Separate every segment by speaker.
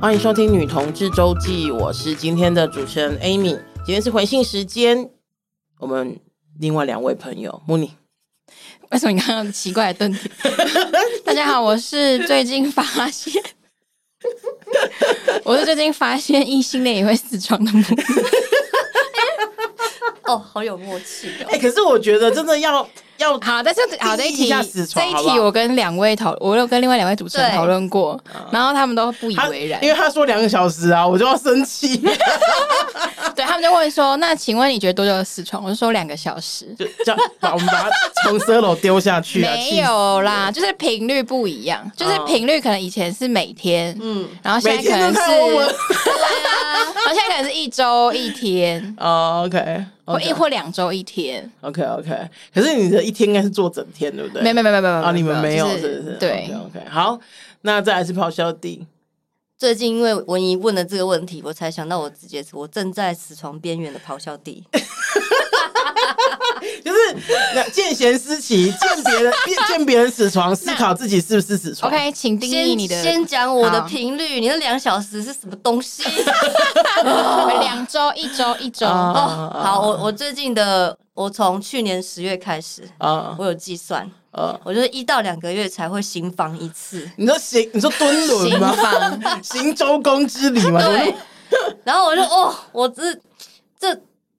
Speaker 1: 欢迎收听《女同志周记》，我是今天的主持人 Amy。今天是回信时间，我们另外两位朋友 m o n i
Speaker 2: 为什么你刚刚有奇怪的顿点？ 大家好，我是最近发现， 我是最近发现异性恋也会死床的母女。
Speaker 3: 哦，好有默契哦
Speaker 1: 哎、。可是我觉得真的要要
Speaker 2: 好，但是好这
Speaker 1: 定义
Speaker 2: 一
Speaker 1: 一
Speaker 2: 题
Speaker 1: 下死床
Speaker 2: 这一
Speaker 1: 好不
Speaker 2: 题
Speaker 1: 好
Speaker 2: 我跟两位讨，我有跟另外两位主持人
Speaker 3: 对
Speaker 2: 讨论过，然后他们都不以
Speaker 1: 他，
Speaker 2: 为然
Speaker 1: 因，啊为他说两个小时啊，我就要生气。
Speaker 2: 对他们就问说：“那请问你觉得多久的死床？”我就说两个小时。
Speaker 1: 就这样把我们把它从三楼丢下去啊！
Speaker 2: 没
Speaker 1: 气死，
Speaker 2: 有啦，就是频率不一样，就是
Speaker 1: 哦
Speaker 2: 频率可能以前是每天，
Speaker 1: 嗯，
Speaker 2: 然后现
Speaker 1: 每
Speaker 2: 在可
Speaker 1: 天
Speaker 2: 能
Speaker 1: 都
Speaker 2: 是，
Speaker 1: 看我们
Speaker 2: 对。啊，然后现在可能是一周一天，
Speaker 1: 哦，OK，
Speaker 2: 或
Speaker 1: OK，
Speaker 2: 一或两周一天，
Speaker 1: OK OK，可是你的一天应该是做整天，对不对？
Speaker 2: 没没没没没
Speaker 1: 啊，你们没有，
Speaker 2: 就是
Speaker 1: 不是？
Speaker 2: 对，
Speaker 1: ，OK，, o k 好，那再来是咆哮帝，
Speaker 3: 最近因为文怡问了这个问题，我才想到我自己，我正在死床边缘的咆哮帝。
Speaker 1: 就是那见贤思齐，见别人见见别人死床，思考自己是不是死床。
Speaker 2: OK，请定义
Speaker 3: 先
Speaker 2: 你的
Speaker 3: 先讲我的
Speaker 2: 好
Speaker 3: 频率，你那两小时是什么东 西？
Speaker 2: 呃两周、一周、一周。
Speaker 1: 啊
Speaker 3: 哦，好，我我最近的，我从去年十月开始，
Speaker 1: 啊
Speaker 3: 我有计算，
Speaker 1: 啊，
Speaker 3: 我就是一到两个月才会行房一次。
Speaker 1: 你说行，你说蹲轮
Speaker 2: 行
Speaker 1: 吗？
Speaker 2: 房，
Speaker 1: 行周公之礼吗？
Speaker 3: 对，然后我就哦，我这这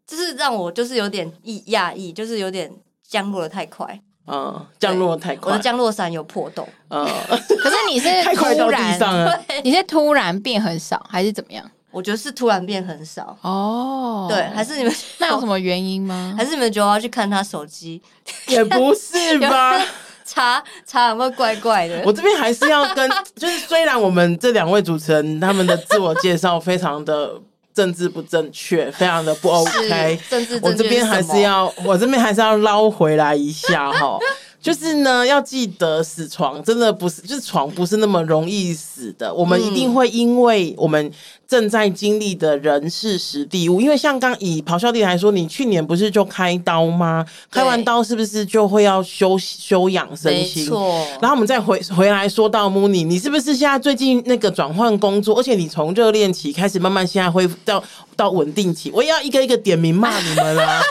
Speaker 3: 这是让我就是有点意讶异，就是有点降落的太快，
Speaker 1: 嗯，降落太
Speaker 3: 我的
Speaker 1: 快，
Speaker 3: 降落伞有破洞。
Speaker 1: 嗯，
Speaker 2: 可是你是
Speaker 1: 太快
Speaker 2: 突
Speaker 1: 到地上
Speaker 2: 然，
Speaker 1: 了。
Speaker 2: 你是突然变很少，还是怎么样？
Speaker 3: 我觉得是突然变很少，
Speaker 2: 哦，
Speaker 3: 对，还是你们
Speaker 2: 那 有什么原因吗
Speaker 3: 还？是你们觉得我要去看他手机，
Speaker 1: 也不是 吧？
Speaker 3: 查查有没有怪怪的？
Speaker 1: 我这边还是要跟，就是虽然我们这两位主持人他们的自我介绍非常的政治不正确，非常的不 OK，
Speaker 3: 政治正确
Speaker 1: 我这边
Speaker 3: 什么
Speaker 1: 还是要，我这边还是要捞回来一下 哈。就是呢，要记得死床真的不是，就是床不是那么容易死的。我们一定
Speaker 3: 嗯
Speaker 1: 会因为我们正在经历的人事实地物，因为像刚以咆哮帝来说，你去年不是就开刀吗？开完
Speaker 3: 对
Speaker 1: 刀是不是就会要休息休养身
Speaker 3: 没
Speaker 1: 心？
Speaker 3: 错，
Speaker 1: 然后我们再回回来说到 Mooney，你是不是现在最近那个转换工作，而且你从热恋期开始慢慢现在恢复到到稳定期，我也要一个一个点名骂你们啦、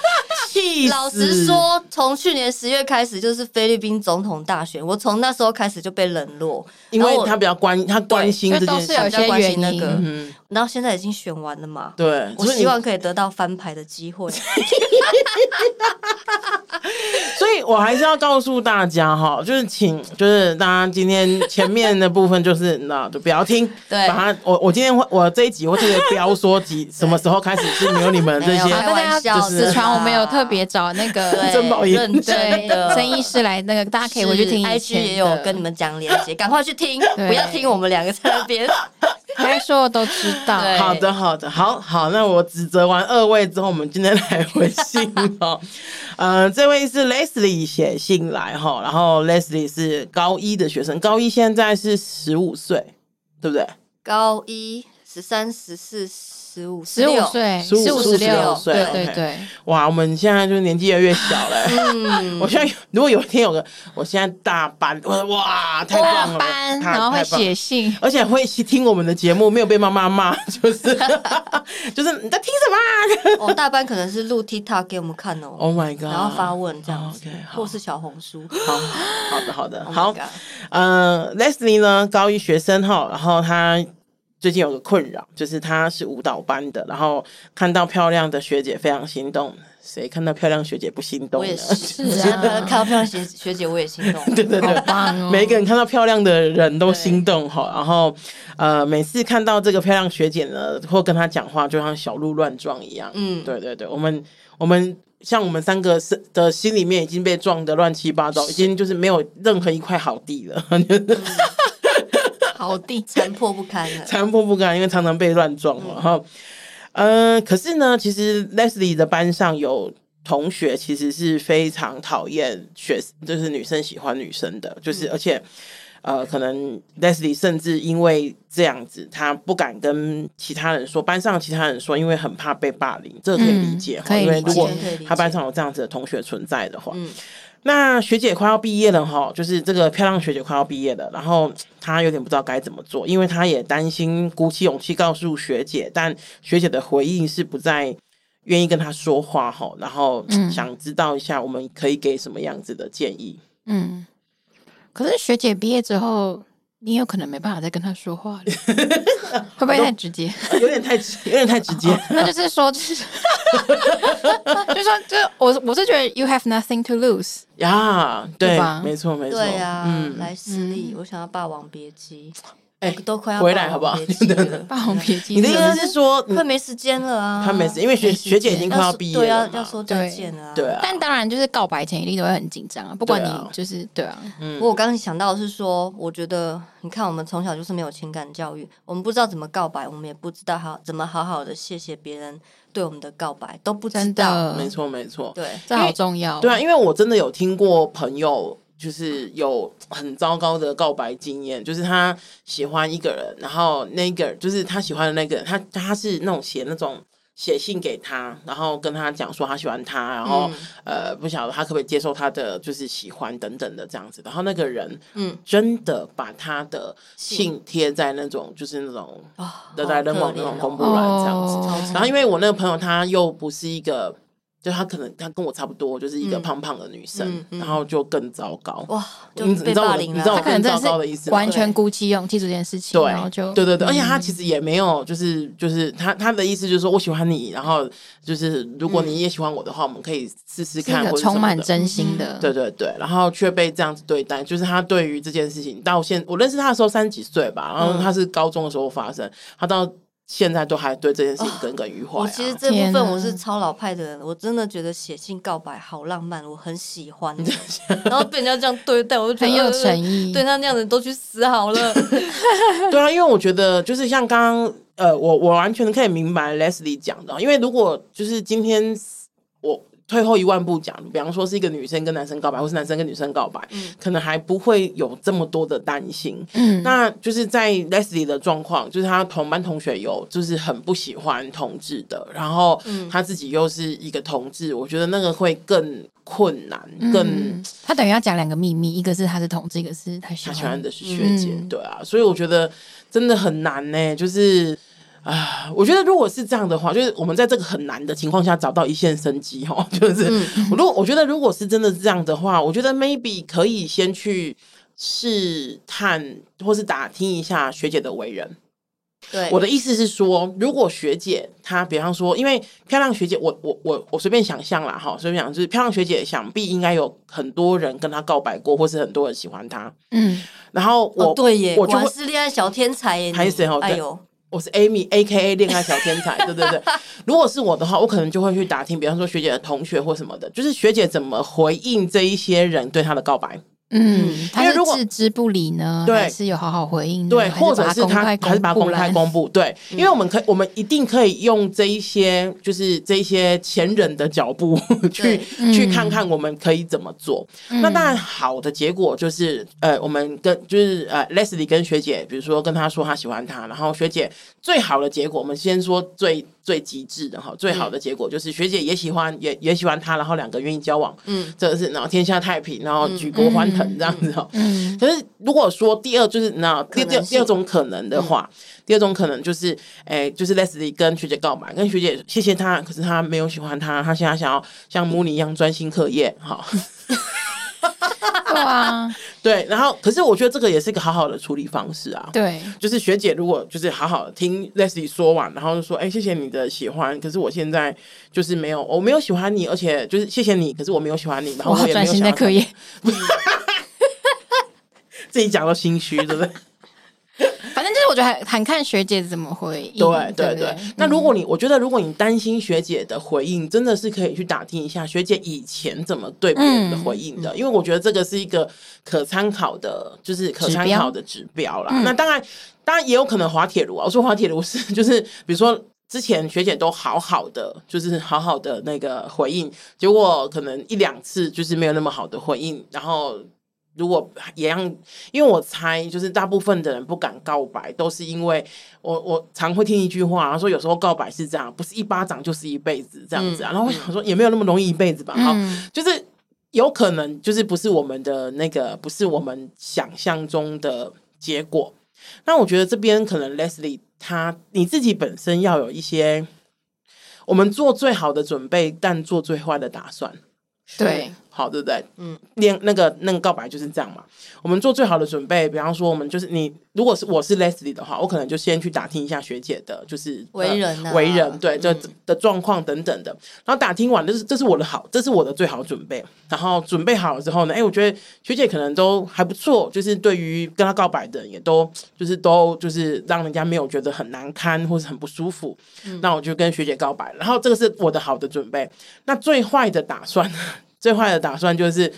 Speaker 1: 气死！
Speaker 3: 老实，说，从去年十月开始就是菲律宾总统大选，我从那时候开始就被冷落，
Speaker 1: 因
Speaker 3: 然
Speaker 1: 为
Speaker 3: 后我
Speaker 1: 他比较关他关心
Speaker 2: 因
Speaker 1: 这
Speaker 2: 为
Speaker 1: 件
Speaker 2: 都
Speaker 1: 事
Speaker 2: 是有
Speaker 1: 情，
Speaker 2: 些
Speaker 3: 关
Speaker 2: 原
Speaker 3: 心那
Speaker 2: 因。
Speaker 3: 个
Speaker 1: 嗯，
Speaker 3: 然后现在已经选完了嘛，
Speaker 1: 对，
Speaker 3: 我
Speaker 1: 所以
Speaker 3: 希望可以得到翻牌的 机会。
Speaker 1: 所以我还是要告诉大家哈，就是请，就是大家今天前面的部分就是那就不要听，
Speaker 3: 对
Speaker 1: 把它我我今天会我这一集会特别标说几什么时候开始是没有你们这
Speaker 3: 没有
Speaker 1: 些
Speaker 3: 开
Speaker 2: 好，大
Speaker 3: 玩笑
Speaker 2: 家
Speaker 3: 的
Speaker 2: 死床，我们有特别找那 个
Speaker 3: 对
Speaker 1: 珍宝也
Speaker 3: 认真
Speaker 2: 对
Speaker 3: 的，
Speaker 2: 曾医师来那个，大家可以回去听以
Speaker 3: IG
Speaker 2: 前
Speaker 3: 也有
Speaker 2: 的
Speaker 3: 跟你们讲连接，赶快去听，不要听我们两个在那边。
Speaker 2: 该说的都知 道。
Speaker 3: 对
Speaker 1: 好的，好的，好好。那我指责完二位之后，我们今天来回信 哦。呃，这位是 Leslie 写信来哈，然后 Leslie 是高一的学生，高一现在是十五岁，对不对？
Speaker 3: 高一十三、十四、十五、
Speaker 2: 十五
Speaker 3: 16，
Speaker 2: 岁，
Speaker 1: 15
Speaker 2: 十五十六
Speaker 3: 16
Speaker 2: 岁，对
Speaker 1: 对
Speaker 2: 对对，
Speaker 1: 哇，我们现在就是年纪越来越小了。
Speaker 3: 嗯
Speaker 1: 我现在如果有一天有个，我现在大班，我哇，太棒了，
Speaker 2: 班，
Speaker 1: 太
Speaker 2: 然后会。
Speaker 1: 太棒了
Speaker 2: 写信，
Speaker 1: 而且会听我们的节目，没有被妈妈骂，就是 就是你在听 什么啊、
Speaker 3: 哦，大班可能是录 TikTok 给我们看哦，
Speaker 1: ？Oh my god！
Speaker 3: 然后发问这样子
Speaker 1: OK，，好
Speaker 3: 或是小红书。
Speaker 1: 好 好的好的
Speaker 3: Oh my
Speaker 1: 好
Speaker 3: God，
Speaker 1: 呃，Leslie 呢，高一学生哈，然后她最近有个困扰，就是她是舞蹈班的，然后看到漂亮的学姐非常心动，谁看到漂亮学姐不心动
Speaker 3: 我
Speaker 1: 呢
Speaker 3: 也？是，
Speaker 2: 是啊
Speaker 3: 现在看到漂亮学学姐我也心动。
Speaker 1: 对对对，
Speaker 2: 棒 哦
Speaker 1: 每一个人看到漂亮的人都心动哈。然后呃，每次看到这个漂亮学姐呢，或跟她讲话，就像小鹿乱撞一样。
Speaker 3: 嗯
Speaker 1: 对对对，我们我们。像我们三个是的心里面已经被撞得乱七八糟，已经就是没有任何一块好地了，
Speaker 2: 好地产，
Speaker 3: 残破不堪了，
Speaker 1: 残破不堪，因为常常被乱撞嘛。哈、嗯，可是呢，其实 Leslie 的班上有同学其实是非常讨厌学，就是女生喜欢女生的，
Speaker 2: 嗯
Speaker 1: 就是、而且。呃，可能 Leslie 甚至因为这样子，她不敢跟其他人说，班上其他人说，因为很怕被霸凌，这个可以理解
Speaker 2: 嗯
Speaker 1: 哈、
Speaker 2: 可以
Speaker 1: 因为
Speaker 2: 理解
Speaker 1: 如果
Speaker 3: 完全可以理解
Speaker 1: 她班上有这样子的同学存在的话，
Speaker 3: 嗯
Speaker 1: 那学姐快要毕业了哈，就是这个漂亮学姐快要毕业了，然后她有点不知道该怎么做，因为她也担心，鼓起勇气告诉学姐，但学姐的回应是不再愿意跟她说话哈，然后
Speaker 2: 嗯
Speaker 1: 想知道一下我们可以给什么样子的建议。
Speaker 2: 嗯，可是学姐毕业之后，你有可能没办法再跟她说话 了，会不会太直接？
Speaker 3: 嗯
Speaker 1: 呃有点太直有点太直 接，
Speaker 2: 那就是说，就是 就是说，就是我我是觉得 you have nothing to lose，
Speaker 1: 呀，对
Speaker 2: 对吧，
Speaker 1: 没错没错，
Speaker 3: 对呀，
Speaker 1: 嗯，
Speaker 3: 来私立，我想要《霸王别姬》，
Speaker 1: 哎
Speaker 3: 我都快要
Speaker 1: 回来
Speaker 3: 霸
Speaker 1: 好不好
Speaker 3: 王别姬 了
Speaker 2: 霸王别姬。
Speaker 1: 你的意思是说，
Speaker 3: 快没时间了啊！
Speaker 1: 他没事，因为学
Speaker 2: 没时间
Speaker 1: 学姐已经快要
Speaker 3: 说
Speaker 1: 毕业
Speaker 3: 对啊
Speaker 1: 了，嘛
Speaker 3: 要说再见了啊。
Speaker 1: 对啊，
Speaker 2: 但当然，就是告白前一定都会很紧张啊，不管
Speaker 1: 对啊
Speaker 2: 你就是对啊，
Speaker 3: 不过我刚刚想到的是说，我觉得你看，我们从小就是没有情感教育，我们不知道怎么告白，我们也不知道好怎么好好的谢谢别人对我们的告白，都不知
Speaker 2: 真
Speaker 3: 道。
Speaker 2: 的
Speaker 1: 没，错没错，
Speaker 3: 对，
Speaker 2: 这好重要。
Speaker 1: 对啊，，因为我真的有听过朋友，就是有很糟糕的告白经验，就是他喜欢一个人，然后那个就是他喜欢的那个人，他他是那种写那种。写信给他，然后跟他讲说他喜欢他，然后、呃不晓得他可不可以接受他的就是喜欢等等的这样子，然后那个人
Speaker 3: 嗯
Speaker 1: 真的把他的信贴在那种就是那种
Speaker 3: 啊，
Speaker 1: 的
Speaker 3: 好
Speaker 1: 来人
Speaker 3: 可
Speaker 1: 往那
Speaker 3: 怜
Speaker 1: 种
Speaker 3: 哦
Speaker 1: 公布
Speaker 2: 哦
Speaker 1: 栏这样子，
Speaker 3: 超
Speaker 1: 然后因为我那个朋友她又不是一个，就她可能她跟我差不多，就是一个胖胖的女生，
Speaker 3: 嗯嗯哦
Speaker 1: 然后就更糟糕。
Speaker 3: 哇，就
Speaker 1: 你你
Speaker 3: 被
Speaker 1: 知道
Speaker 3: 霸
Speaker 1: 我的
Speaker 3: 凌
Speaker 1: 你知道我
Speaker 2: 他
Speaker 3: 了
Speaker 2: 可。能真
Speaker 1: 糟糕的意
Speaker 2: 的
Speaker 1: 思
Speaker 2: 是
Speaker 1: 嘛
Speaker 2: 完全鼓起勇气做这件事情，然后就
Speaker 1: 对，对对对，而且她其实也没有，就是就是她她的意思就是说我喜欢你，然后就是如果你也喜欢我的话，我们可以试试
Speaker 2: 是
Speaker 1: 看，
Speaker 2: 个
Speaker 1: 或者什
Speaker 2: 充
Speaker 1: 么
Speaker 2: 满
Speaker 1: 的嗯
Speaker 2: 真心的，
Speaker 1: 对对对，然后却被这样子对待，就是他对于这件事情到现，我认识他的时候三十几岁吧，然后他是高中的时候发生，他到现在都还对这件事情耿耿于怀、啊
Speaker 3: 我其实这部
Speaker 2: 天
Speaker 3: 分
Speaker 2: 哪
Speaker 3: 我是超老派的人，我真的觉得写信告白好浪漫，我很喜欢。然后被人家这样对待，我就觉得
Speaker 2: 很有
Speaker 3: 呃
Speaker 2: 诚意
Speaker 3: 对他那样的人都去死 好了。
Speaker 1: 对啊，因为我觉得就是像刚刚呃，我我完全可以明白 Leslie 讲的，因为如果就是今天我退后一万步讲，比方说是一个女生跟男生告白，或是男生跟女生告白，可能还不会有这么多的担心。
Speaker 2: 嗯，
Speaker 1: 那就是在 Leslie 的状况，就是她同班同学有就是很不喜欢同志的，然后
Speaker 2: 嗯
Speaker 1: 她自己又是一个同志，我觉得那个会更困难，更。
Speaker 2: 嗯他等于要讲两个秘密，一个是他是同志，一个是他喜
Speaker 1: 他
Speaker 2: 欢
Speaker 1: 喜欢的是学姐，
Speaker 2: 嗯
Speaker 1: 对啊，所以我觉得真的很难呢、就是。啊，我觉得如果是这样的话，就是我们在这个很难的情况下找到一线生机哈， 就是、
Speaker 2: 嗯
Speaker 1: 我如果我觉得如果是真的是这样的话，我觉得 maybe 可以先去试探或是打听一下学姐的为人，
Speaker 3: 对，
Speaker 1: 我的意思是说，如果学姐她，比方说，因为漂亮学姐，我我我我随便想象啦，哈，随便想，就是漂亮学姐想必应该有很多人跟她告白过，或是很多人喜欢她。
Speaker 2: 嗯，
Speaker 1: 然后我、
Speaker 3: 哦对耶，
Speaker 1: 我
Speaker 3: 我
Speaker 1: 就会
Speaker 3: 是恋爱小天才耶，你
Speaker 1: 还是哦
Speaker 3: 哎
Speaker 1: 对
Speaker 3: 呦，
Speaker 1: 我是 Amy A K A 恋爱小天 才，对对对。如果是我的话，我可能就会去打听，比方说学姐的同学或什么的，就是学姐怎么回应这一些人对她的告白，
Speaker 2: 嗯，他
Speaker 1: 因为
Speaker 2: 是
Speaker 1: 如果
Speaker 2: 置之不理呢，
Speaker 1: 对
Speaker 2: 还是有好好回应呢，
Speaker 1: 对，
Speaker 2: 还
Speaker 1: 或者
Speaker 2: 把
Speaker 1: 是他
Speaker 2: 开
Speaker 1: 还是把它
Speaker 2: 布嗯
Speaker 1: 公开
Speaker 2: 啦
Speaker 1: 公布，对，因为我们可以我们一定可以用这一些就是这一些前人的脚步去
Speaker 2: 嗯
Speaker 1: 去看看我们可以怎么做。那当然，好的结果就是呃，我们跟就是呃，Leslie 跟学姐，比如说跟她说她喜欢她，然后学姐最好的结果，我们先说最最极致的哈，最好
Speaker 2: 嗯
Speaker 1: 的结果就是学姐也喜欢也也喜欢他，然后两个愿意交往，
Speaker 3: 嗯，
Speaker 1: 这个是然后天下太平，然后举国欢腾这样子哦。
Speaker 2: 嗯
Speaker 1: 可是如果说第二就是那第
Speaker 3: 可能
Speaker 1: 第二
Speaker 3: 性
Speaker 1: 第二种可能的话，
Speaker 2: 嗯
Speaker 1: 第二种可能就是，哎、就是 Leslie 跟学姐告白，跟学姐谢谢她，可是她没有喜欢她，她现在想要像母女一样专心课 业，哈，
Speaker 2: 对啊，
Speaker 1: 对。然后，可是我觉得这个也是一个好好的处理方式啊。
Speaker 2: 对，
Speaker 1: 就是学姐，如果就是好好听 Leslie 说完，然后就说：“哎、谢谢你的喜欢，可是我现在就是没有，我没有喜欢你，而且就是谢谢你，可是我没有喜欢你，然后
Speaker 2: 我
Speaker 1: 我
Speaker 2: 好
Speaker 1: 也没
Speaker 2: 专
Speaker 1: 有
Speaker 2: 心
Speaker 1: 想
Speaker 2: 在
Speaker 1: 要
Speaker 2: 课业，
Speaker 1: 自己讲到心虚，对不对？”
Speaker 2: 反正就是我觉得还很看学姐怎么回应，
Speaker 1: 对
Speaker 2: 对
Speaker 1: 对
Speaker 2: 不
Speaker 1: 对，嗯那如果你我觉得如果你担心学姐的回应，真的是可以去打听一下学姐以前怎么对别人的回应的，因为我觉得这个是一个可参考的，就是可参考的指标啦。嗯那当然，当然也有可能滑铁卢啊。我说滑铁卢是就是比如说。之前学姐都好好的，就是好好的那个回应，结果可能一两次就是没有那么好的回应，然后如果也让，因为我猜就是大部分的人不敢告白，都是因为我我常会听一句话，然后说有时候告白是这
Speaker 2: 嗯
Speaker 1: 样，不是一巴掌就是一辈子这样子啊，然后我想说也没有那么容易一辈子吧，哈、就是。有可能就是不是我们的那个，不是我们想象中的结果。那我觉得这边可能 Leslie 她你自己本身要有一些，我们做最好的准备，但做最坏的打算。
Speaker 2: 对，
Speaker 1: 好，对不对？
Speaker 3: 嗯，
Speaker 1: 恋那个那个告白就是这样嘛。我们做最好的准备，比方说我们就是你，如果是我是 Leslie 的话，我可能就先去打听一下学姐的，就是呃
Speaker 3: 为人啊
Speaker 1: 为人对这
Speaker 3: 嗯
Speaker 1: 的状况等等的。然后打听完，这是这是我的好，这是我的最好准备。然后准备好了之后呢，哎，我觉得学姐可能都还不错，就是对于跟她告白的人也都就是都就是让人家没有觉得很难堪或是很不舒服。
Speaker 3: 嗯
Speaker 1: 那我就跟学姐告白，然后这个是我的好的准备。那最坏的打算 呢，最坏的打算就是。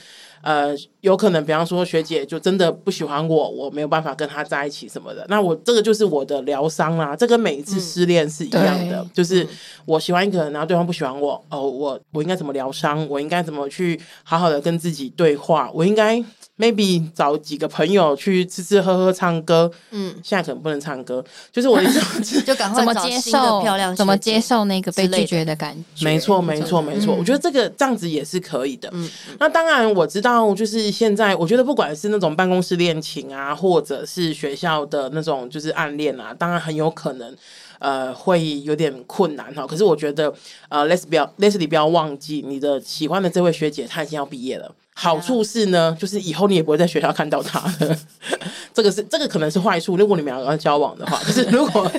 Speaker 1: 呃，有可能，比方说学姐就真的不喜欢我，我没有办法跟她在一起什么的。那我这个就是我的疗伤啦，这跟每一次失恋是一样的，就
Speaker 2: 对
Speaker 1: 是我喜欢一个人，然后对方不喜欢我，哦，我我应该怎么疗伤？我应该怎么去好好的跟自己对话？我应该 maybe 找几个朋友去吃吃喝喝、唱歌。
Speaker 3: 嗯，
Speaker 1: 现在可能不能唱歌，就是我的意 思就是
Speaker 3: 就赶
Speaker 2: 怎么
Speaker 3: 快找
Speaker 2: 接
Speaker 3: 新的
Speaker 2: 受
Speaker 3: 漂亮，
Speaker 2: 怎么接？受那个被
Speaker 3: 之类的
Speaker 2: 拒绝的感觉？
Speaker 1: 没错，没错，没
Speaker 2: 嗯
Speaker 1: 错。我觉得这个这样子也是可以的。
Speaker 3: 嗯
Speaker 1: 那当然，我知道，就是现在，我觉得不管是那种办公室恋情啊，或者是学校的那种就是暗恋啊，当然很有可能，呃，会有点困难哈。可是我觉得，呃，Les 不要，Les 不要忘记，你的喜欢的这位学姐她已经要毕业了。好处是
Speaker 2: 嗯
Speaker 1: 呢，就是以后你也不会在学校看到她了。 这个是这个可能是坏处。如果你们两个要交往的话，就是如 果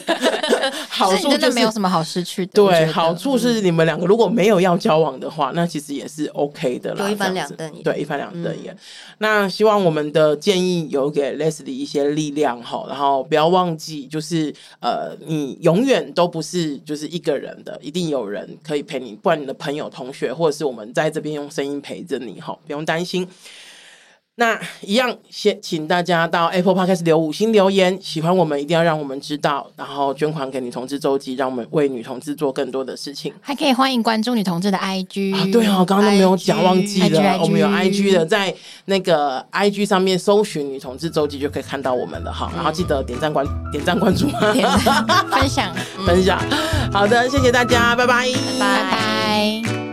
Speaker 1: 好
Speaker 2: 所以
Speaker 1: 处
Speaker 2: 你真
Speaker 1: 就
Speaker 2: 的没
Speaker 1: 是
Speaker 2: 有什么好失去的。我觉
Speaker 1: 对，
Speaker 2: 得嗯
Speaker 1: 好处是你们两个如果没有要交往的话，那其实也是 OK 的啦，
Speaker 3: 就一翻
Speaker 1: 这样子
Speaker 3: 两瞪眼嗯
Speaker 1: 对，一翻两瞪眼。那希望我们的建议有给 Leslie 一些力量哈，然后不要忘记，就是呃，你永远都不是就是一个人的，一定有人可以陪你，不然你的朋友、同学，或者是我们在这边用声音陪着你哈，不用担心。那一样，先请大家到 Apple Podcast 留五星留言，喜欢我们一定要让我们知道，然后捐款给女同志周记，让我们为女同志做更多的事情。
Speaker 2: 还可以欢迎关注女同志的 IG。
Speaker 1: 啊，对
Speaker 2: 嗯
Speaker 1: 哦，刚刚都没有讲，
Speaker 3: IG
Speaker 1: 忘记了
Speaker 2: IG
Speaker 1: 我们有 IG 的，在那个 IG 上面搜寻女同志周记就可以看到我们了哈。然后记得点赞关点赞关注，
Speaker 2: 点赞分享，
Speaker 1: 分享。好的，谢谢大家，拜拜
Speaker 2: 拜拜。